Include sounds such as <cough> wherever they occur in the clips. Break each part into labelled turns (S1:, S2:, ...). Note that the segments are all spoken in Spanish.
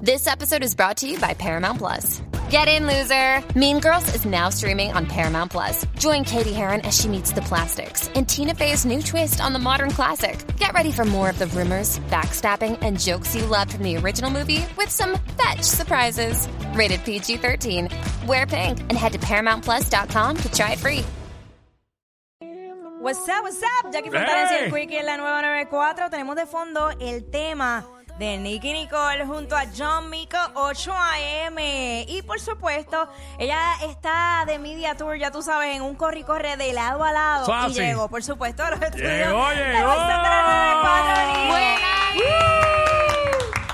S1: This episode is brought to you by Paramount Plus. Get in, loser! Mean Girls is now streaming on Paramount Plus. Join Katie Heron as she meets the plastics and Tina Fey's new twist on the modern classic. Get ready for more of the rumors, backstabbing, and jokes you loved from the original movie with some fetch surprises. Rated PG 13. Wear pink and head to ParamountPlus.com to try it free.
S2: What's up, what's up? Jackie Fontanes y
S3: Hey.
S2: el Quickie en la nueva 94. Tenemos de fondo el tema de Nicky Nicole junto a John Mico 8am. Y por supuesto, ella está de media tour, ya tú sabes, en un corre y corre de lado a lado.
S3: Eso es
S2: Y
S3: así.
S2: llegó, por supuesto, a los estudios.
S3: Llegó,
S2: de
S3: llegó.
S2: Boston de la 94, Nicky.
S4: ¡Buena!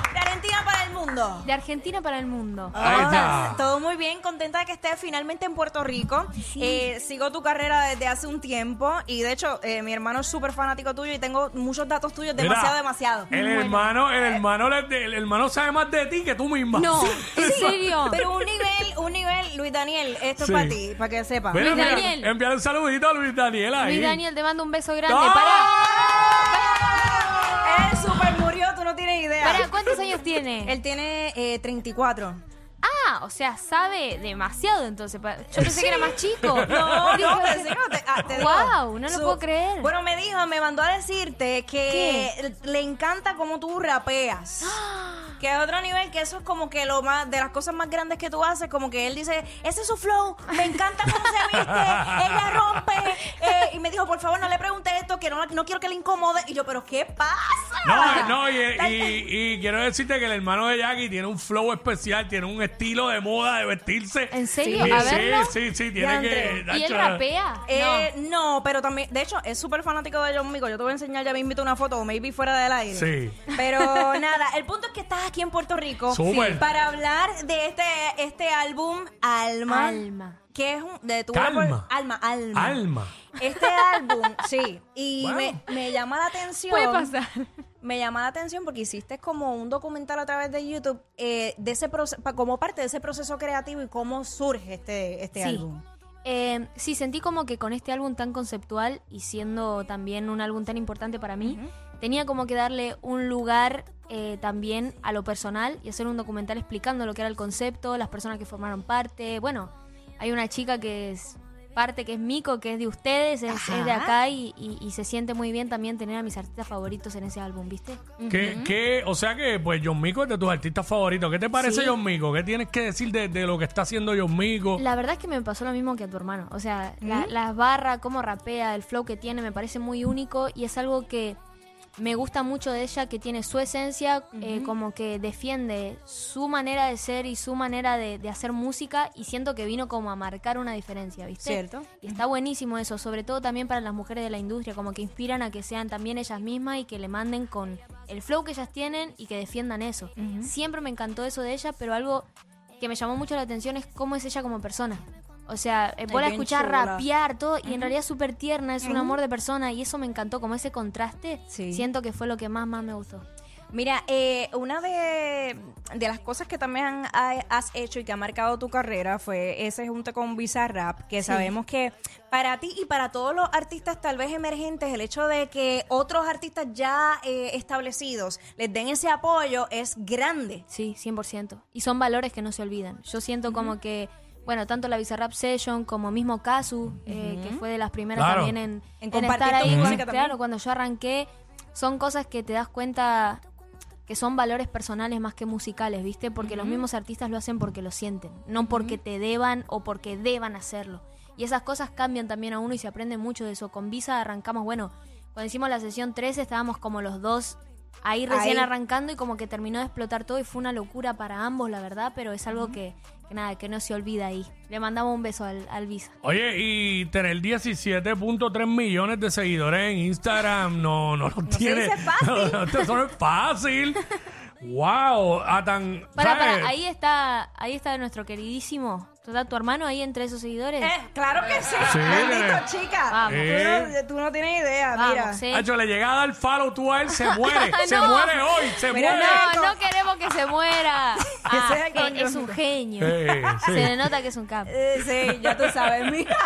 S2: De Argentina para el mundo.
S4: De Argentina para el mundo.
S3: Ahí está.
S2: Todo muy bien, contenta de que estés finalmente en Puerto Rico. Eh, sigo tu carrera desde hace un tiempo y de hecho eh, mi hermano es súper fanático tuyo y tengo muchos datos tuyos,
S3: Mira, Eh.
S2: demasiado, demasiado.
S3: El hermano, el hermano, le- el hermano sabe más de ti que tú misma.
S4: No, <laughs> en serio.
S2: Ah, Pero un nivel, un nivel, Luis Daniel, esto
S3: Sí.
S2: es para ti, para que sepas.
S3: Mira,
S4: Luis
S3: mira,
S4: Daniel.
S3: enviar un saludito a Luis Daniel ahí. ¡Ah!
S4: Luis Daniel, te mando un beso grande.
S3: ¡No!
S4: Para,
S2: Él super murió, tú no tienes idea.
S4: para, ¿cuántos años tiene?
S2: Él tiene eh, 34.
S4: Ah, o sea, sabe demasiado entonces. pa- Yo pensé que era más chico.
S2: <laughs> No, no, te digo, te- ah, te digo.
S4: Wow, no lo puedo creer.
S2: Bueno, me dijo, me mandó a decirte que le encanta cómo tú
S4: <gasps>
S2: rapeas. Que es otro nivel, que eso es como que lo más, de las cosas más grandes que tú haces, como que él dice, ese es su flow, me encanta cómo se viste, ella rompe.
S4: <laughs>
S2: eh, y me dijo, por favor, no le pregunte esto, que no, no quiero que le incomode. Y yo, pero ¿qué pasa?
S3: No, no, y, y- y quiero decirte que el hermano de Jackie tiene un flow especial, tiene un estilo de moda de vestirse.
S4: ¿En serio?
S3: Sí,
S4: A
S3: sí,
S4: verlo.
S3: sí, sí, tiene
S2: Diantre.
S3: que.
S4: ¿Y él
S3: Nacho,
S4: rapea?
S2: Eh, no. pero también, de hecho, es súper fanático de John Mico. Yo te voy a enseñar, ya me invito una foto, o maybe fuera del aire.
S3: Sí. <laughs>
S2: Pero nada, el punto es que estás aquí en Puerto Rico
S3: Súper.
S2: para hablar de este, este álbum, Alma.
S4: Alma.
S2: Que es un, de tu
S3: Calma.
S2: álbum- Alma, alma.
S3: Alma. <laughs>
S2: Este álbum, sí. Y
S3: Wow.
S2: me, me llama la atención.
S4: Puede pasar.
S2: Me llama la atención porque hiciste como un documental a través de YouTube eh, de ese proce- pa- como parte de ese proceso creativo y cómo surge este, este
S4: Sí.
S2: álbum.
S4: Eh, sí, sentí como que con este álbum tan conceptual y siendo también un álbum tan importante para mí, tenía como que darle un lugar eh, también a lo personal y hacer un documental explicando lo que era el concepto, las personas que formaron parte. Bueno, hay una chica que es parte, que es Mico, que es de ustedes, es,
S2: Ajá.
S4: es de acá y, y- y se siente muy bien también tener a mis artistas favoritos en ese álbum, ¿viste?
S3: ¿Qué- qué- o sea que, pues, John Mico es de tus artistas favoritos. ¿Qué te parece
S4: Sí.
S3: John Mico? ¿Qué tienes que decir de, de lo que está haciendo John Mico?
S4: La verdad es que me pasó lo mismo que a tu hermano. O sea, la- las barras, cómo rapea, el flow que tiene, me parece muy único y es algo que me gusta mucho de ella, que tiene su esencia, eh, como que defiende su manera de ser y su manera de, de hacer música y siento que vino como a marcar una diferencia, ¿viste?
S2: Cierto.
S4: Y está buenísimo eso, sobre todo también para las mujeres de la industria, como que inspiran a que sean también ellas mismas y que le manden con el flow que ellas tienen y que defiendan eso. Siempre me encantó eso de ella, pero algo que me llamó mucho la atención es cómo es ella como persona. O sea, eh, vos la
S2: bien
S4: escuchás
S2: chula.
S4: rapear todo y en realidad es súper tierna, es un amor de persona y eso me encantó, como ese contraste,
S2: Sí.
S4: siento que fue lo que más, más me gustó.
S2: Mira, eh, una de, de las cosas que también han- ha- has hecho y que ha marcado tu carrera fue ese junto con Bizarrap, que sabemos que para ti y para todos los artistas tal vez emergentes, el hecho de que otros artistas ya eh, establecidos les den ese apoyo es grande.
S4: Sí, 100%. Y son valores que no se olvidan. Yo siento como que, bueno, tanto la Bizarrap Session como mismo Kazu, eh, que fue de las primeras
S3: Claro.
S4: también en,
S2: En
S4: en
S2: compartir
S4: estar
S2: tu
S4: ahí.
S2: música
S4: Claro,
S2: también.
S4: cuando yo arranqué, son cosas que te das cuenta que son valores personales más que musicales, ¿viste? Porque los mismos artistas lo hacen porque lo sienten, no porque te deban o porque deban hacerlo. Y esas cosas cambian también a uno y se aprende mucho de eso. Con Visa arrancamos, bueno, cuando hicimos la sesión 3 estábamos como los dos ahí recién
S2: Ahí.
S4: arrancando y como que terminó de explotar todo y fue una locura para ambos, la verdad, pero es algo que, que nada, que no se olvida ahí. Le mandamos un beso al, al Visa.
S3: Oye, y tener 17.3 millones de seguidores en Instagram no, no lo
S2: se
S3: tiene.
S2: dice fácil.
S3: <laughs> No, no, esto no es fácil. wow, a tan.
S4: Para,
S3: ¿sabes?
S4: para, ahí está, ahí está nuestro queridísimo, ¿está tu hermano ahí entre esos seguidores?
S2: Eh, claro que sí.
S3: Sí.
S2: Bendito, chica.
S4: Vamos.
S2: Tú, no, tú no tienes idea,
S4: Vamos,
S2: mira.
S4: sí.
S3: Hacho, le llega a dar follow tú a él,
S4: <laughs>
S3: se muere. Se
S4: No.
S3: muere hoy, se
S2: Mira,
S3: muere.
S4: No, no queremos que
S2: <laughs>
S4: se muera. Ah,
S2: Ese es el
S4: eh,
S2: conjunto.
S4: es un genio.
S3: Eh, sí.
S4: Se le nota que es
S2: <laughs>
S4: un capo.
S2: Eh, sí, ya tú sabes. <laughs> Mira,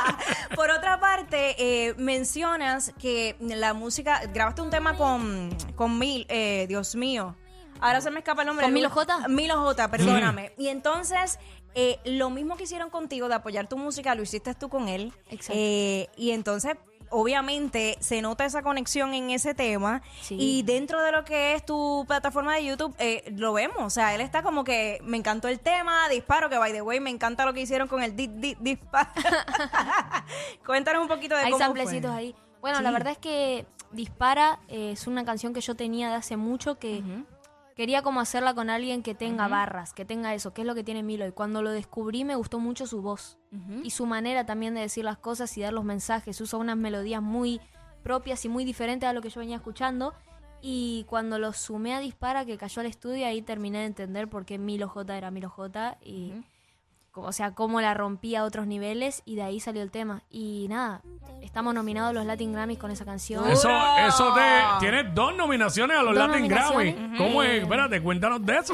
S2: por otra parte, eh, mencionas que la música, grabaste un tema con, con Mil, eh, Dios mío. Ahora se me escapa el nombre.
S4: ¿Con
S2: Lu-
S4: Milo J?
S2: Milo J, perdóname. Y entonces, eh, lo mismo que hicieron contigo de apoyar tu música, lo hiciste tú con él.
S4: Exacto.
S2: Eh, y entonces, obviamente, se nota esa conexión en ese tema.
S4: Sí.
S2: Y dentro de lo que es tu plataforma de YouTube, eh, lo vemos. O sea, él está como que me encantó el tema, disparo, que by the way, me encanta lo que hicieron con el di- di-
S4: <laughs>
S2: disparo. <laughs> Cuéntanos un poquito de
S4: Hay
S2: cómo
S4: samplecitos
S2: fue.
S4: ahí. Bueno,
S2: Sí.
S4: la verdad es que Dispara eh, es una canción que yo tenía de hace mucho que quería como hacerla con alguien que tenga barras, que tenga eso, que es lo que tiene Milo. Y cuando lo descubrí me gustó mucho su voz y su manera también de decir las cosas y dar los mensajes. Usa unas melodías muy propias y muy diferentes a lo que yo venía escuchando. Y cuando lo sumé a Dispara, que cayó al estudio, ahí terminé de entender por qué Milo J era Milo J y co- o sea, cómo la rompía a otros niveles y de ahí salió el tema. Y nada, estamos nominados a los Latin Grammys con esa canción.
S3: Eso, eso te. Tienes dos nominaciones a los
S4: Dos
S3: Latin Grammy.
S4: nominaciones.
S3: ¿Cómo es? Espérate, cuéntanos de
S4: <laughs>
S3: eso.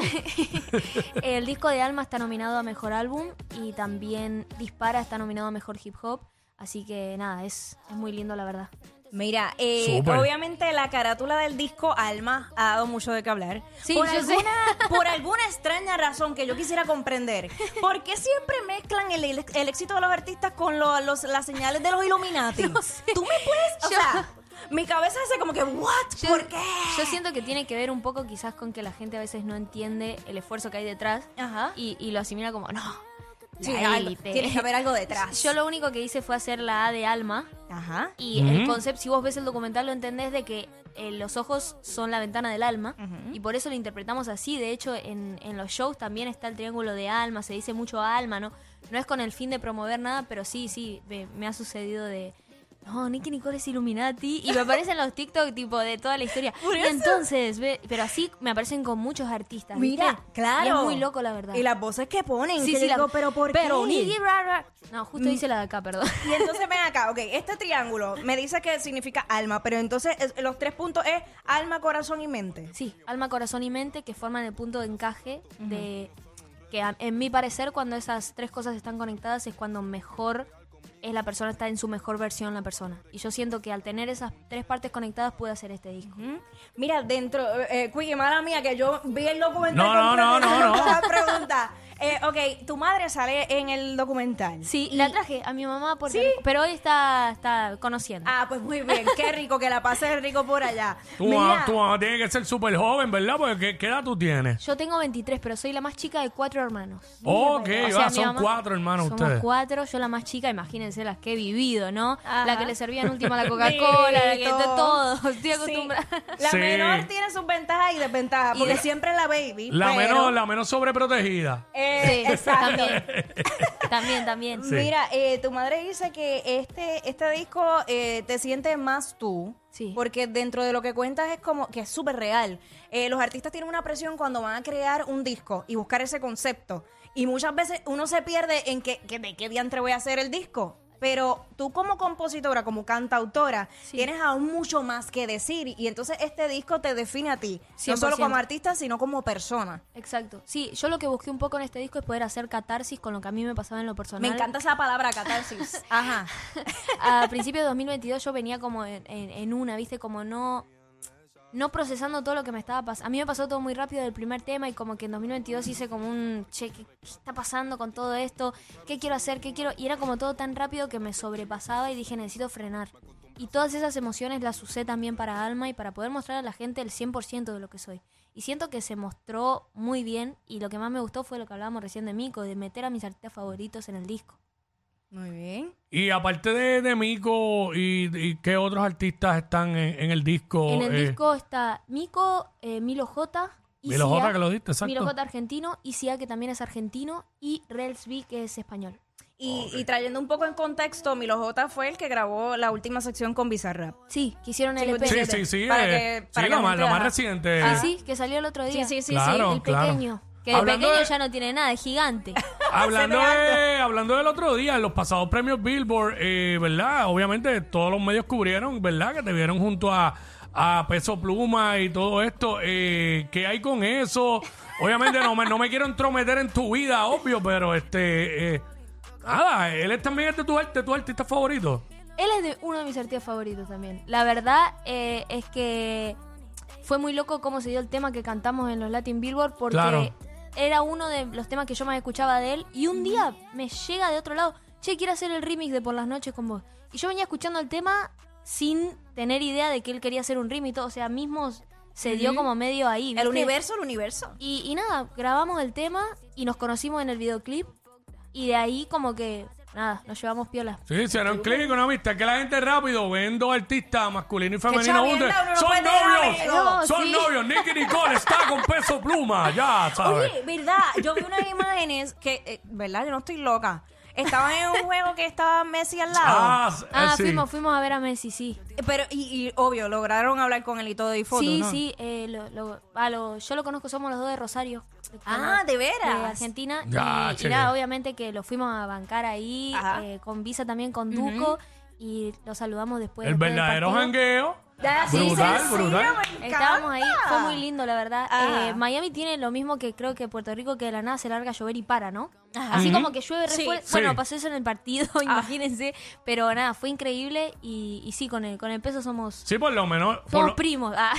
S4: El disco de Alma está nominado a Mejor Álbum y también Dispara está nominado a Mejor Hip Hop. Así que nada, es, es muy lindo la verdad.
S2: Mira, eh,
S3: Súper.
S2: obviamente la carátula del disco Alma ha dado mucho de qué hablar.
S4: Sí,
S2: por,
S4: yo sé.
S2: alguna,
S4: <laughs>
S2: por alguna extraña razón que yo quisiera comprender, ¿por qué siempre mezclan el, el- el éxito de los artistas con lo- los, las señales de los
S4: <laughs>
S2: Illuminati? Tú me puedes, o
S4: Yo-
S2: sea, mi cabeza hace como que, ¿what? ¿Por qué?
S4: Yo siento que tiene que ver un poco quizás con que la gente a veces no entiende el esfuerzo que hay detrás
S2: Ajá.
S4: y, y lo asimila como, no,
S2: Sí,
S4: la
S2: algo-
S4: élite".
S2: tiene
S4: <laughs>
S2: que haber algo detrás.
S4: Yo lo único que hice fue hacer la A de Alma.
S2: Ajá.
S4: Y el concepto, si vos ves el documental, lo entendés de que eh, los ojos son la ventana del alma. Y por eso lo interpretamos así. De hecho, en, en los shows también está el triángulo de alma. Se dice mucho alma, ¿no? No es con el fin de promover nada, pero sí, sí, me, me ha sucedido de. No, Nicky Nicole es Illuminati. Y me aparecen los TikTok, tipo, de toda la historia. Y entonces, ve- pero así me aparecen con muchos artistas. ¿viste?
S2: Mira, claro.
S4: Y es muy loco, la verdad.
S2: Y las voces que ponen,
S4: Sí,
S2: que
S4: sí,
S2: digo,
S4: la-
S2: pero ¿por
S4: Pero
S2: qué?
S4: Nicky, ra, ra. No, justo
S2: Mm.
S4: dice la de acá, perdón.
S2: Y entonces ven acá, ok, este triángulo me dice que significa alma, pero entonces es- los tres puntos es alma, corazón y mente.
S4: Sí, alma, corazón y mente que forman el punto de encaje de que a- en mi parecer cuando esas tres cosas están conectadas es cuando mejor es la persona, está en su mejor versión la persona. Y yo siento que al tener esas tres partes conectadas pude hacer este disco.
S2: ¿Mm? Mira, dentro, eh, eh, Quiggy, mala mía, que yo vi el documental.
S3: No, no,
S2: completo
S3: no,
S2: y <laughs>
S3: no, no.
S2: la pregunta. Eh, ok, tu madre sale en el documental.
S4: Sí, la traje a mi mamá porque... Pero hoy está, está conociendo.
S2: Ah, pues muy bien, qué rico, que la pases rico por allá.
S3: Tu
S2: Mira,
S3: mamá, tu mamá tiene que ser súper joven, ¿verdad? Porque ¿qué, qué edad tú tienes?
S4: Yo tengo 23, pero soy la más chica de cuatro hermanos.
S3: Ok,
S4: O
S3: va,
S4: sea, mi
S3: son
S4: mamá-
S3: cuatro hermanos
S4: somos
S3: ustedes.
S4: cuatro, yo la más chica, imagínense las que he vivido, ¿no?
S2: Ajá.
S4: La que le servía en <laughs> última la Coca-Cola, la que
S2: Listo.
S4: todo, <laughs>
S2: Sí.
S4: estoy acostumbrada.
S2: La
S3: Sí.
S2: menor tiene sus ventajas y desventajas, porque siempre es la baby.
S3: La,
S2: pero-
S3: menos, la menos sobreprotegida.
S2: Eh,
S4: Sí,
S2: exacto. <laughs>
S4: También, también.
S3: Sí.
S2: Mira, eh, tu madre dice que este, este disco eh, te siente más tú.
S4: Sí.
S2: Porque dentro de lo que cuentas es como que es súper real. Eh, los artistas tienen una presión cuando van a crear un disco y buscar ese concepto. Y muchas veces uno se pierde en que, que de qué diantre voy a hacer el disco. Pero tú como compositora, como cantautora,
S4: Sí.
S2: tienes aún mucho más que decir. Y entonces este disco te define a ti. No solo
S4: 100%.
S2: como artista, sino como persona.
S4: Exacto. Sí, yo lo que busqué un poco en este disco es poder hacer catarsis con lo que a mí me pasaba en lo personal.
S2: Me encanta esa palabra,
S4: <laughs>
S2: catarsis. Ajá.
S4: A principios de 2022 yo venía como en, en- en una, ¿viste? Como no no procesando todo lo que me estaba pasando. A mí me pasó todo muy rápido del primer tema y como que en 2022 hice como un, che, ¿qué, qué está pasando con todo esto? ¿Qué quiero hacer? ¿Qué quiero? Y era como todo tan rápido que me sobrepasaba y dije, necesito frenar. Y todas esas emociones las usé también para Alma y para poder mostrar a la gente el 100% de lo que soy. Y siento que se mostró muy bien y lo que más me gustó fue lo que hablábamos recién de Mico, de meter a mis artistas favoritos en el disco.
S2: Muy bien.
S3: Y aparte de, de Mico, y, y qué otros artistas están en, en el disco?
S4: En el
S3: Eh,
S4: disco está Mico, eh, Milo J. y
S3: Milo
S4: Sia,
S3: J, que lo diste, exacto.
S4: Milo J argentino, y Sia, que también es argentino, y Rels B, que es español.
S2: Y,
S3: Oh,
S2: y trayendo un poco en contexto, Milo J fue el que grabó la última sección con Bizarrap.
S4: Sí, que hicieron el E EP.
S3: Sí,
S4: Sí,
S3: sí, sí.
S2: Para
S3: eh,
S2: que- para
S3: sí,
S2: que
S3: lo más,
S2: la
S3: lo
S2: gente
S3: más
S2: haga.
S3: reciente.
S4: Ah, sí, que salió el otro día.
S2: Sí, sí, sí,
S3: Claro,
S4: el
S3: claro.
S4: pequeño. Que de
S3: Hablando
S4: pequeño
S3: de-
S4: ya no tiene nada, es <laughs> gigante.
S2: <laughs>
S3: Hablando,
S2: Se me
S3: de, hablando del otro día, en los pasados premios Billboard, eh, ¿verdad? Obviamente todos los medios cubrieron, ¿verdad? Que te vieron junto a, a Peso Pluma y todo esto. Eh, ¿Qué hay con eso? Obviamente no me, no me quiero entrometer en tu vida, obvio, pero este... eh, nada, él es también de tu, art- de tu artista favorito.
S4: Él es de uno de mis artistas favoritos también. La verdad eh, es que fue muy loco cómo se dio el tema que cantamos en los Latin Billboard porque
S3: Claro.
S4: era uno de los temas que yo más escuchaba de él y un día me llega de otro lado, che, quiero hacer el remix de Por las noches con vos. Y yo venía escuchando el tema sin tener idea de que él quería hacer un remix y todo, o sea, mismo se dio como medio ahí.
S2: El
S4: ¿viste?
S2: universo, el universo.
S4: Y, y nada, grabamos el tema y nos conocimos en el videoclip y de ahí como que, nada, nos llevamos piola.
S3: Sí, hicieron clic, una amistad que la gente rápido ven dos artistas masculino y femenino
S2: chavienda,
S3: juntos.
S2: uno no
S3: Son
S2: puede tener
S3: novios,
S2: amigos.
S3: son
S4: Sí.
S3: novios. Nicky Nicole está con peso pluma, ya sabes.
S2: Oye, ¿verdad? Yo vi unas imágenes que, eh, ¿verdad? Yo no estoy loca. Estaban en un juego que estaba Messi al lado.
S3: ah, eh,
S4: Ah,
S3: sí.
S4: fuimos, fuimos a ver a Messi, sí.
S2: Pero, y, y obvio, lograron hablar con él y todo y fotos,
S4: sí,
S2: ¿no?
S4: sí, eh, lo- lo- a lo- yo lo conozco, somos los dos de Rosario.
S2: Ah, ¿de veras?
S4: De Argentina. Y-
S3: Ah,
S4: y,
S3: chévere.
S4: nada, obviamente que lo fuimos a bancar ahí,
S2: Ajá.
S4: eh, con Visa también, con Duco, y lo saludamos después.
S3: El
S4: después del
S3: verdadero
S4: partido.
S3: jangueo.
S4: Ya, sí,
S3: Brutal,
S4: sí, sí.
S3: brutal.
S2: me
S4: Estábamos ahí,
S2: encanta.
S4: fue muy lindo, la verdad.
S2: Ajá.
S4: Eh, Miami tiene lo mismo que creo que Puerto Rico, que de la nada se larga a llover y para, ¿no? Así como que llueve, re
S2: Sí. Ah.
S4: fuerte.
S3: Sí.
S4: bueno, pasó eso en el partido, <laughs> imagínense, pero nada, fue increíble y, y sí, con el, con el peso somos,
S3: Sí, por lo menos. Por
S4: somos
S3: lo,
S4: primos. Ah.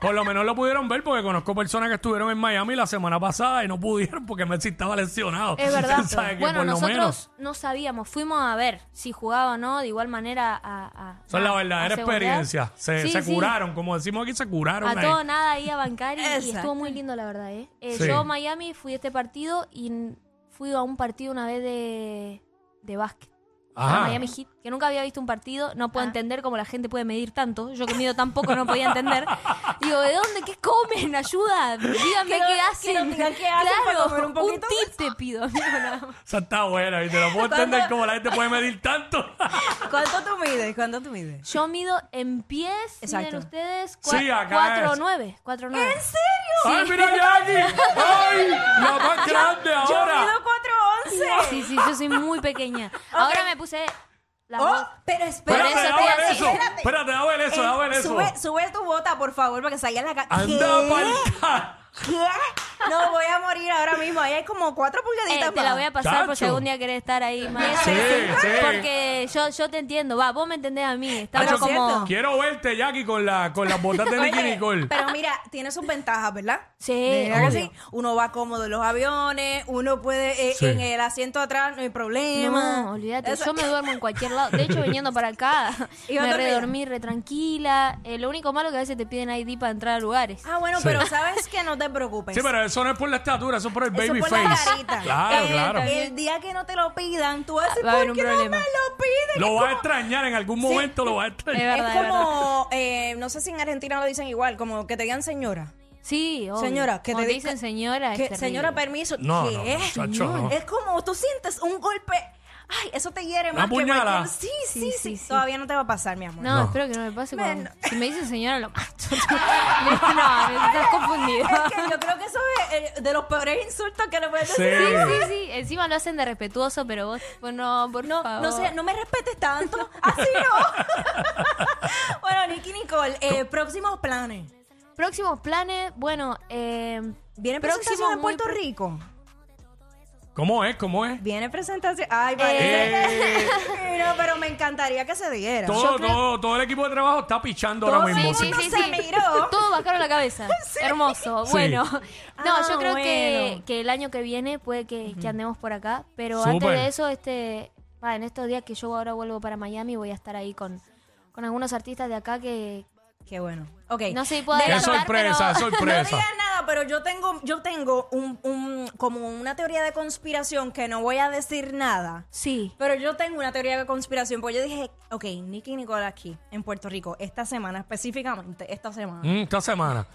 S3: por lo menos lo pudieron ver porque conozco personas que estuvieron en Miami la semana pasada y no pudieron porque Messi estaba lesionado.
S4: Es verdad.
S3: <laughs> O sea, que
S4: bueno,
S3: por lo
S4: nosotros
S3: menos.
S4: no sabíamos. Fuimos a ver si jugaba o no. De igual manera a... a
S3: Esa es la
S4: a-
S3: verdadera
S4: a segundear.
S3: experiencia. Se,
S4: Ah, Sí,
S3: se
S4: sí.
S3: curaron, como decimos aquí, se curaron.
S4: A
S3: ahí.
S4: todo nada ahí a bancar y, y
S2: Exacto.
S4: estuvo muy lindo, la verdad. ¿eh? Eh,
S3: Sí.
S4: Yo a Miami fui a este partido y n- fui a un partido una vez de, de básquet.
S3: Ajá.
S4: a Miami Heat, que nunca había visto un partido, no
S2: Ah.
S4: puedo entender cómo la gente puede medir tanto. Yo que mido tan poco no podía entender. <laughs> Digo, ¿de dónde? ¿Qué comen? Ayuda, díganme
S2: Quiero-
S4: qué hacen.
S2: quiero mirar qué hacen para comer
S4: claro,
S2: un
S4: un,
S2: poquito
S4: tip te pido, <laughs> amigo, nada más.
S3: Esa está buena, y te lo puedo entender
S2: Cuando-
S3: cómo la gente puede medir tanto.
S4: <laughs>
S2: ¿Cuánto tú mides? ¿Cuánto tú mides?
S4: Yo mido en pies,
S2: Exacto.
S4: miden ustedes
S3: Sí, acá
S4: 4-9. ¿En
S3: ¡Ay, mira Jackie! ¡Ay! La más grande ahora.
S2: Yo mido 411.
S4: Sí, sí, yo soy muy pequeña. Ahora me puse la
S2: Oh,
S4: voz.
S2: pero
S3: Espérate,
S2: espérate,
S4: Por eso
S3: dame el
S4: te iba a
S3: eso.
S4: decir,
S3: Espérate, dame el eso, dame el
S2: Eh,
S3: eso.
S2: Sube, sube tu bota, por favor, para que salga la cara.
S3: Anda <laughs> palta.
S2: No, voy a morir ahora mismo. Ahí hay como cuatro
S4: Eh,
S2: pulgaditas
S4: te la
S2: más.
S4: voy a pasar por si
S3: Chacho.
S4: algún día querés estar ahí más.
S3: Sí, sí.
S4: Porque yo, yo te entiendo, va, vos me entendés a mí. Estamos
S3: Hacho,
S4: como.
S2: ¿cierto?
S3: Quiero verte, Jackie, con, la, con las botas
S2: <laughs>
S3: de Nicky
S2: Oye,
S3: Nicole.
S2: Pero mira, tiene sus ventajas, ¿verdad?
S4: Sí,
S2: Mira que
S4: obvio.
S2: sí. Uno va cómodo en los aviones, uno puede eh,
S3: Sí.
S2: en el asiento atrás, no hay problema.
S4: No, olvídate,
S2: Eso-
S4: yo me duermo en cualquier lado. De hecho, viniendo
S2: <laughs>
S4: para acá, <laughs>
S2: Iba
S4: me
S2: dormida.
S4: redormí re tranquila. Eh, lo único malo que a veces te piden ID para entrar a lugares.
S2: Ah, bueno,
S3: Sí.
S2: pero sabes que no te preocupes.
S3: Sí, pero eso no es por la estatura, eso es por el
S2: Eso
S3: baby
S2: por la
S3: face.
S2: carita.
S3: Claro,
S2: Eh,
S3: claro.
S2: El día que no te lo pidan, tú vas a decir,
S4: Ah, Va a haber
S2: ¿por
S4: un
S2: qué no me
S4: problema".
S2: lo piden?
S3: Lo va a extrañar en algún momento, lo va a
S4: Es
S3: extrañar.
S4: verdad,
S2: es
S4: es verdad.
S2: como, eh, no sé si en Argentina lo dicen igual, como que te digan señora.
S4: Sí, obvio.
S2: Señora, que
S4: Como
S2: te
S4: te
S2: diga-
S4: dicen señora. es
S2: Que,
S4: terrible.
S2: señora, permiso.
S3: No, no,
S2: ¿Qué?
S3: no, chacho, no.
S2: Es como tú sientes un golpe. Ay, eso te hiere
S3: Una
S2: más que
S3: puñalada.
S2: cualquier- sí, sí, sí,
S4: Sí, sí, sí.
S2: Todavía no te va a pasar, mi amor.
S4: No,
S3: No.
S4: espero que no me pase.
S2: Bueno.
S4: cuando- Si me dicen señora, lo mato. <laughs> no, me estás confundido.
S2: <laughs> Es que yo creo que eso es eh, de los peores insultos que le puedes
S3: Sí.
S2: decir.
S4: Sí, sí, sí. Encima lo hacen de respetuoso, pero vos, pues no, por
S2: No,
S4: favor.
S2: no sé, no me respetes tanto. Así
S4: <laughs>
S2: no. bueno, Nicky Nicole, eh, próximos planes.
S4: Próximos planes, bueno, eh,
S2: ¿Viene
S4: próximos
S2: presentación de
S4: muy
S2: Puerto
S4: pro-
S2: Rico? Eh,
S3: ¿Cómo es? ¿Cómo es?
S2: Viene presentación. Ay,
S3: Eh.
S2: <laughs> parece que- No, pero me encantaría que se diera.
S3: Todo,
S4: Yo creo-
S3: todo, todo el equipo de trabajo está pichando
S2: Todo
S3: ahora mismo.
S2: el
S3: sí.
S2: mundo se miró.
S4: Todo bajaron
S2: <laughs>
S4: la cabeza. Hermoso.
S3: Sí.
S4: Bueno. No,
S2: Ah,
S4: yo creo que,
S2: bueno.
S4: que el año que viene puede que, que andemos por acá. Pero antes
S3: Súper.
S4: de eso, este, va, en estos días que yo ahora vuelvo para Miami, voy a estar ahí con, con algunos artistas de acá que.
S2: Qué bueno. Ok.
S4: No sé si puedo
S2: De-
S3: Es
S4: adelantar,
S3: sorpresa, es
S4: pero-
S2: No
S3: sorpresa.
S2: digas nada, pero yo tengo, yo tengo un, un- como una teoría de conspiración que no voy a decir nada.
S4: Sí.
S2: Pero yo tengo una teoría de conspiración, porque yo dije, ok, Nicky Nicole aquí, en Puerto Rico, esta semana específicamente, esta semana.
S3: Mm,
S2: <laughs>
S3: esta semana.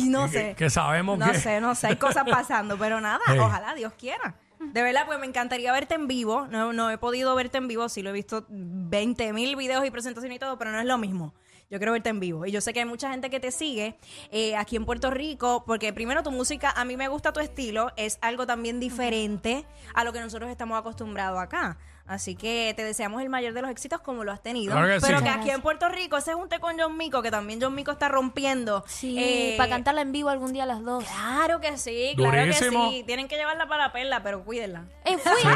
S2: no
S3: que-
S2: sé.
S3: que sabemos
S2: no
S3: que-
S2: sé, no sé, hay
S3: <laughs>
S2: cosas pasando, pero nada,
S3: Sí.
S2: ojalá Dios quiera. De verdad, pues me encantaría verte en vivo. No, no he podido verte en vivo, sí lo he visto 20 mil videos y presentaciones y todo, pero no es lo mismo. Yo quiero verte en vivo. Y yo sé que hay mucha gente que te sigue eh, aquí en Puerto Rico, porque primero tu música, a mí me gusta tu estilo, es algo también diferente a lo que nosotros estamos acostumbrados acá. Así que te deseamos el mayor de los éxitos como lo has tenido.
S3: Claro que sí.
S2: pero que
S4: Muchas
S2: aquí en Puerto Rico se junte con John Mico, que también John Mico está rompiendo.
S4: Sí.
S2: Eh,
S4: para cantarla en vivo algún día a las dos.
S2: Claro que sí, claro
S3: Durísimo.
S2: que sí. Tienen que llevarla para la perla, pero cuídenla.
S4: Eh, fui,
S3: Sí,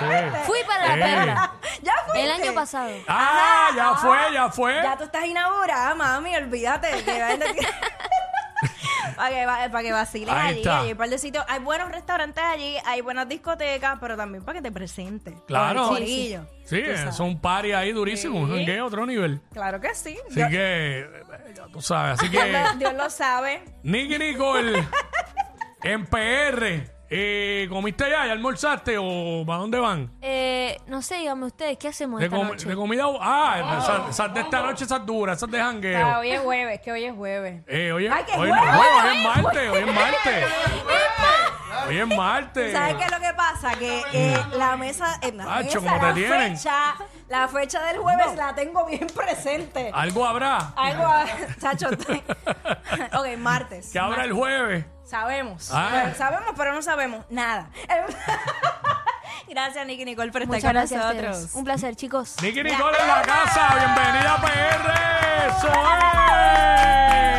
S3: sí.
S4: fui para la
S3: Eh.
S4: perla.
S2: ya fuiste.
S4: El año pasado.
S3: Ah, ya fue, ya fue.
S2: Ya tú estás inaugurada, mami, olvídate. que va a- Para que, va- para que vaciles
S3: Ahí
S2: allí,
S3: está.
S2: allí hay un par de sitios. Hay buenos restaurantes allí, hay buenas discotecas, pero también para que te presentes.
S3: Claro.
S2: Con el
S3: Sí, sí.
S2: corillo.
S3: Sí, son paris ahí durísimos, un jangueo a otro nivel.
S2: Claro que sí.
S3: Así
S2: Dios,
S3: que, eh, ya tú sabes,
S2: <laughs>
S3: así que
S2: Dios- Dios lo
S3: <laughs>
S2: sabe. <laughs>
S3: Nicky Nicole en PR, eh, ¿comiste ya? ¿Ya almorzaste o para dónde van?
S4: Eh, no sé, díganme ustedes, ¿qué hacemos
S3: De,
S4: esta
S3: com-
S4: noche?
S3: de comida. Ah, esas, esas de esta noche, esas duras, esas de
S2: Ah,
S3: jangueo.
S2: hoy es jueves, que hoy es jueves.
S3: Eh, oye,
S2: Ay, eh. que
S3: hoy,
S2: jueves,
S3: hoy- hoy es
S2: hoy
S3: martes, hoy es martes. Hoy es martes.
S2: ¿Sabes qué es lo que pasa? Que eh, la mesa, eh, la,
S3: Macho,
S2: mesa,
S3: ¿cómo te
S2: la
S3: tienen?
S2: fecha, la fecha del jueves la tengo bien presente.
S3: Algo habrá.
S2: Algo, a- <laughs> chacho, te- ok, martes.
S3: Que habrá el jueves.
S2: Sabemos.
S3: Ah.
S2: Bueno, sabemos, pero no sabemos nada. <laughs> gracias, Nicky Nicole, por estar
S4: Muchas
S2: con
S4: gracias a ustedes.
S2: nosotros.
S4: Un placer, chicos.
S3: Nicky Nicole en la casa. Bienvenida a PR. Eso es.